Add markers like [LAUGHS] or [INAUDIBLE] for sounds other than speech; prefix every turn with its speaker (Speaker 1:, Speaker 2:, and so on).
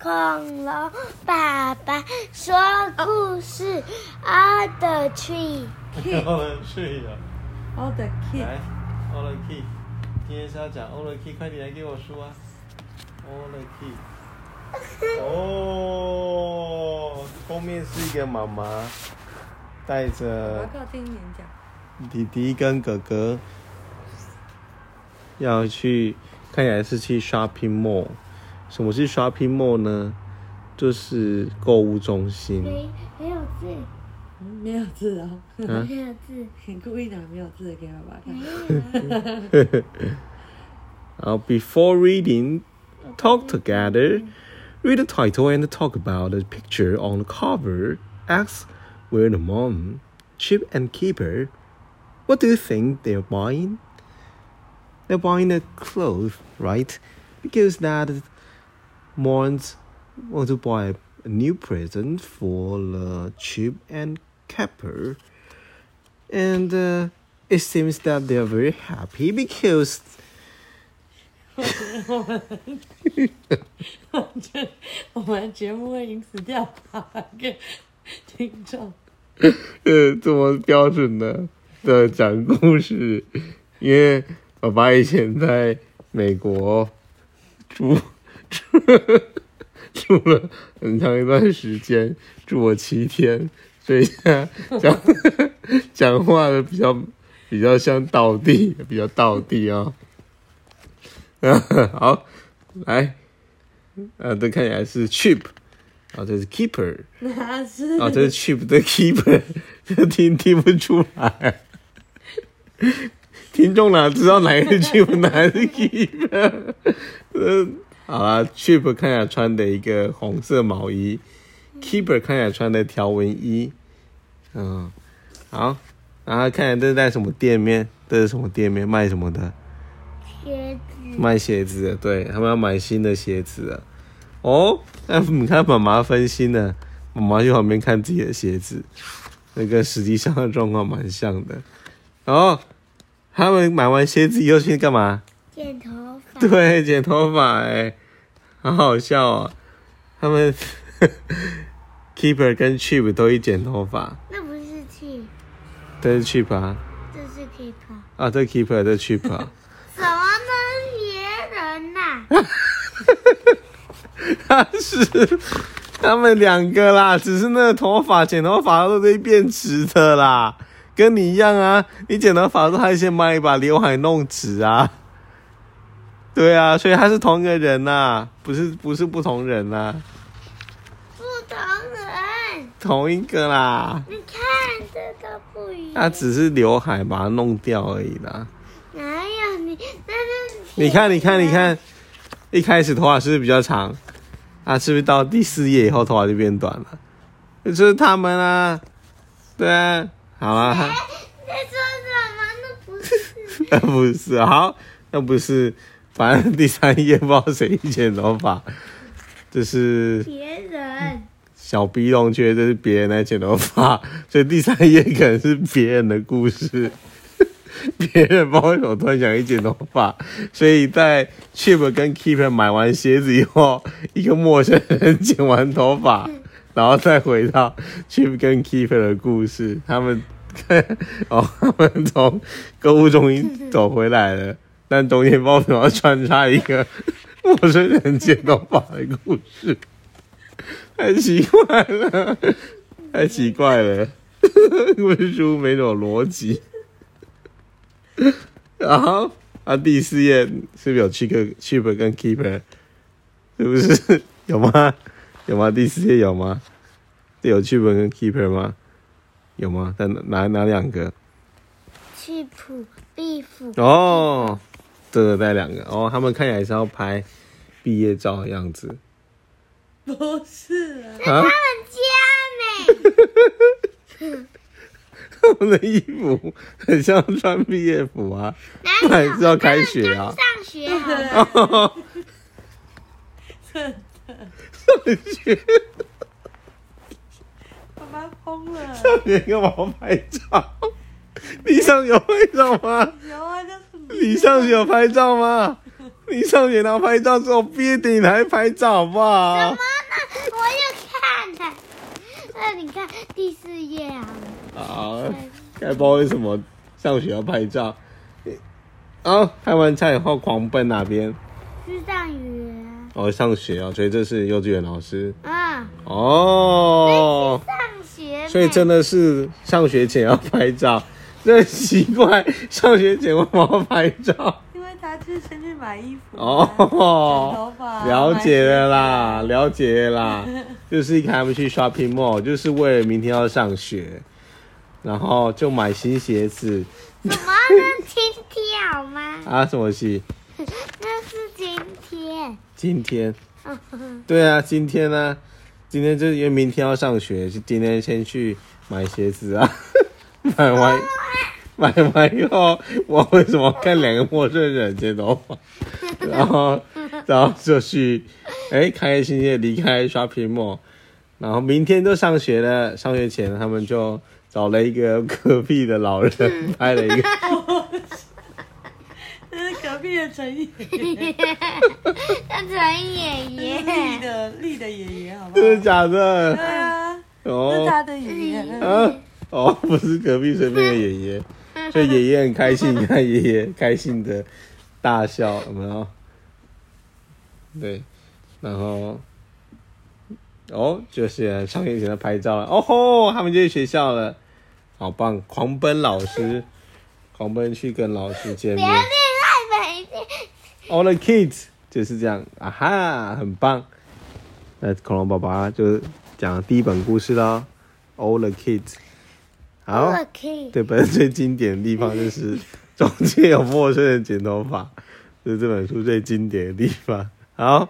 Speaker 1: 恐龙爸爸说故事，All the tree。
Speaker 2: 有人睡了。
Speaker 3: All the
Speaker 2: 来
Speaker 3: kids，
Speaker 2: o l e key，今天是要讲 o l e key，快点来给我书啊 o l e key。哦，后面是一个妈妈带
Speaker 3: 我要
Speaker 2: 着
Speaker 3: 靠近一点讲。
Speaker 2: 弟弟跟哥哥要去，看起来是去 shopping mall。什么是 shopping mall 呢？就是购物中心。
Speaker 1: 没没有字，
Speaker 3: 嗯没有字哦， [LAUGHS]
Speaker 2: 嗯，
Speaker 1: 没有字，
Speaker 3: 你故意拿没有字的给爸爸看。
Speaker 2: 然后 Uh, before reading, talk together, read the title and talk about the picture on the cover. Ask where the mom, chip and keeper. What do you think they're buying? They're buying a clothes, right? Because that moms want to buy a new present for the chip and keeper and uh, it seems that they are very happy because
Speaker 3: [LAUGHS] 我觉得我们的节目会因此掉八百个听众。
Speaker 2: 呃，这么标准的的讲故事，因为爸爸以前在美国住住住了很长一段时间，住我七天，所以现在讲 [LAUGHS] 讲话的比较比较像道地，比较道地啊、 [LAUGHS] 好，来，呃，这看起来是 cheap，啊，这是 keeper。
Speaker 3: 那是
Speaker 2: 啊，这是 cheap 的 keeper，这 [LAUGHS] 听听不出来。听众哪知道哪个是 cheap，哪个是 keeper？嗯， [LAUGHS] 好啦 c h e a p 看起来穿的一个红色毛衣，keeper 看起来穿的条纹衣。嗯，好，然后看起来这是在什么店面？这是什么店面卖什么的？
Speaker 1: 鞋子，
Speaker 2: 卖鞋子的，对他们要买新的鞋子了。哦，那你看妈妈分心了，妈妈去旁边看自己的鞋子，那跟实际上的状况蛮像的。然后他们买完鞋子以后去干嘛？
Speaker 1: 剪头发，
Speaker 2: 对，剪头发，哎，好好笑哦。他们 [LAUGHS] keeper 跟 cheap 都一剪头发，
Speaker 1: 那不是 tree，
Speaker 2: 这是 cheap 啊，
Speaker 1: 这是 k e e p
Speaker 2: 啊，这 keeper 这 cheap 啊。
Speaker 1: 怎么能别人呐、
Speaker 2: [LAUGHS] 他是他们两个啦，只是那个头发剪头发都得变直的啦，跟你一样啊。你剪头发的时候，还先把你把刘海弄直啊。对啊，所以他是同一个人呐、啊不是不是不同人呐、啊
Speaker 1: 不同人，
Speaker 2: 同一个啦。
Speaker 1: 你看这都不一
Speaker 2: 他
Speaker 1: 样。
Speaker 2: 只是刘海把它弄掉而已啦。
Speaker 1: 哪有你？那是
Speaker 2: 你看，你看，你看，一开始头发是不是比较长？啊，是不是到第四页以后头发就变短了？这就是他们啊，对啊，好啦， [LAUGHS]
Speaker 1: 在说什么？那不是
Speaker 2: 那不是好，那不是，反正第三页不知道谁剪头发，这是
Speaker 1: 别人，
Speaker 2: 小鼻龙觉得这是别人来剪头发，所以第三页可能是别人的故事。 [LAUGHS] 别人帮我突然想去剪头发，所以在 Chip 跟 Keeper 买完鞋子以后，一个陌生人剪完头发，然后再回到 Chip 跟 Keeper 的故事，他们 [LAUGHS] 哦，他们从购物中心走回来了，但中间包怎么穿插一个 [LAUGHS] 陌生人剪头发的故事。太奇怪了，太奇怪了， [LAUGHS] 故事书没什么逻辑。然后啊，第四页是不是有 Chip、Chip 跟 Keeper？是不是 [LAUGHS] 有吗？有吗？第四页有吗？有 Chip 跟 Keeper 吗？有吗？哪哪哪两个？
Speaker 1: 去普壁虎，
Speaker 2: 哦，对对对，两个。哦，他们看起来是要拍毕业照的样子
Speaker 3: 不是啊？
Speaker 1: 他
Speaker 2: 啊。 [LAUGHS]
Speaker 1: 们家呢？
Speaker 2: 他们的衣服很像穿毕业服啊，不
Speaker 1: 哪
Speaker 2: 然
Speaker 1: 有？
Speaker 2: 是要开学啊
Speaker 1: 刚。上学好了，
Speaker 2: 哦
Speaker 3: [LAUGHS] 爸爸疯了。
Speaker 2: 上学干嘛拍照？你上学有拍照吗？
Speaker 3: 有啊，就是
Speaker 2: 你上学有拍照吗？你上学然后拍照之后毕业典礼还拍照好不好？
Speaker 1: 妈妈，我又看了。那你看第四页啊，
Speaker 2: 啊，该不知道为什么上学要拍照。啊，拍完照以后狂奔哪边？
Speaker 1: 是上园
Speaker 2: 哦，上学哦，所以这是幼稚园老师
Speaker 1: 啊，
Speaker 2: 哦。
Speaker 1: 上学呢，
Speaker 2: 所以真的是上学前要拍照，这很奇怪，上学前为什么要拍照？
Speaker 3: 因为他去先去买衣服啊、剪头
Speaker 2: 哦
Speaker 3: 发啊，
Speaker 2: 了解了啦，
Speaker 3: 买鞋子啊
Speaker 2: 了解了
Speaker 3: [LAUGHS]
Speaker 2: 啦，就是一开门去 shopping mall，就是为了明天要上学，然后就买新鞋子
Speaker 1: 怎么是今天好吗？
Speaker 2: 啊，什么戏？
Speaker 1: 那是今
Speaker 2: [LAUGHS]
Speaker 1: 天。
Speaker 2: 今天，
Speaker 1: 嗯哼
Speaker 2: 对啊，今天呢、今天就是因为明天要上学，就今天先去买鞋子啊， [LAUGHS] 买完买完以后，我为什么看两个陌生人剪头发？然后，然后就去，哎，开开心心地离开 shopping mall，然后明天就上学了。上学前，他们就找了一个隔壁的老人
Speaker 3: 嗯
Speaker 2: 拍了一个，
Speaker 3: 这是隔壁的陈爷爷，
Speaker 1: [LAUGHS] 那陈爷
Speaker 2: 嗯
Speaker 3: 丽
Speaker 1: 爷，
Speaker 3: 的丽的爷爷，好不
Speaker 2: 真的
Speaker 3: 好？
Speaker 2: 假的
Speaker 3: 对？啊，这是
Speaker 2: 哦
Speaker 3: 他的爷爷。
Speaker 2: 啊哦，不是隔壁随便的爷爷，所以爷爷很开心，你看爷爷开心的大笑，有没有？对，然后哦，就是上学前的拍照了，哦吼，他们就去学校了，好棒，狂奔老师，狂奔去跟老师
Speaker 1: [LAUGHS]
Speaker 2: 见
Speaker 1: 别
Speaker 2: 面
Speaker 1: 恋爱每天，
Speaker 2: ，all the kids 就是这样，啊哈，很棒。那恐龙爸爸就讲第一本故事啦，all the kids，好。
Speaker 1: 我可以。
Speaker 2: 对，本来最经典的地方就是中间有陌生人剪头发，这是这本书最经典的地方。好，
Speaker 3: 哎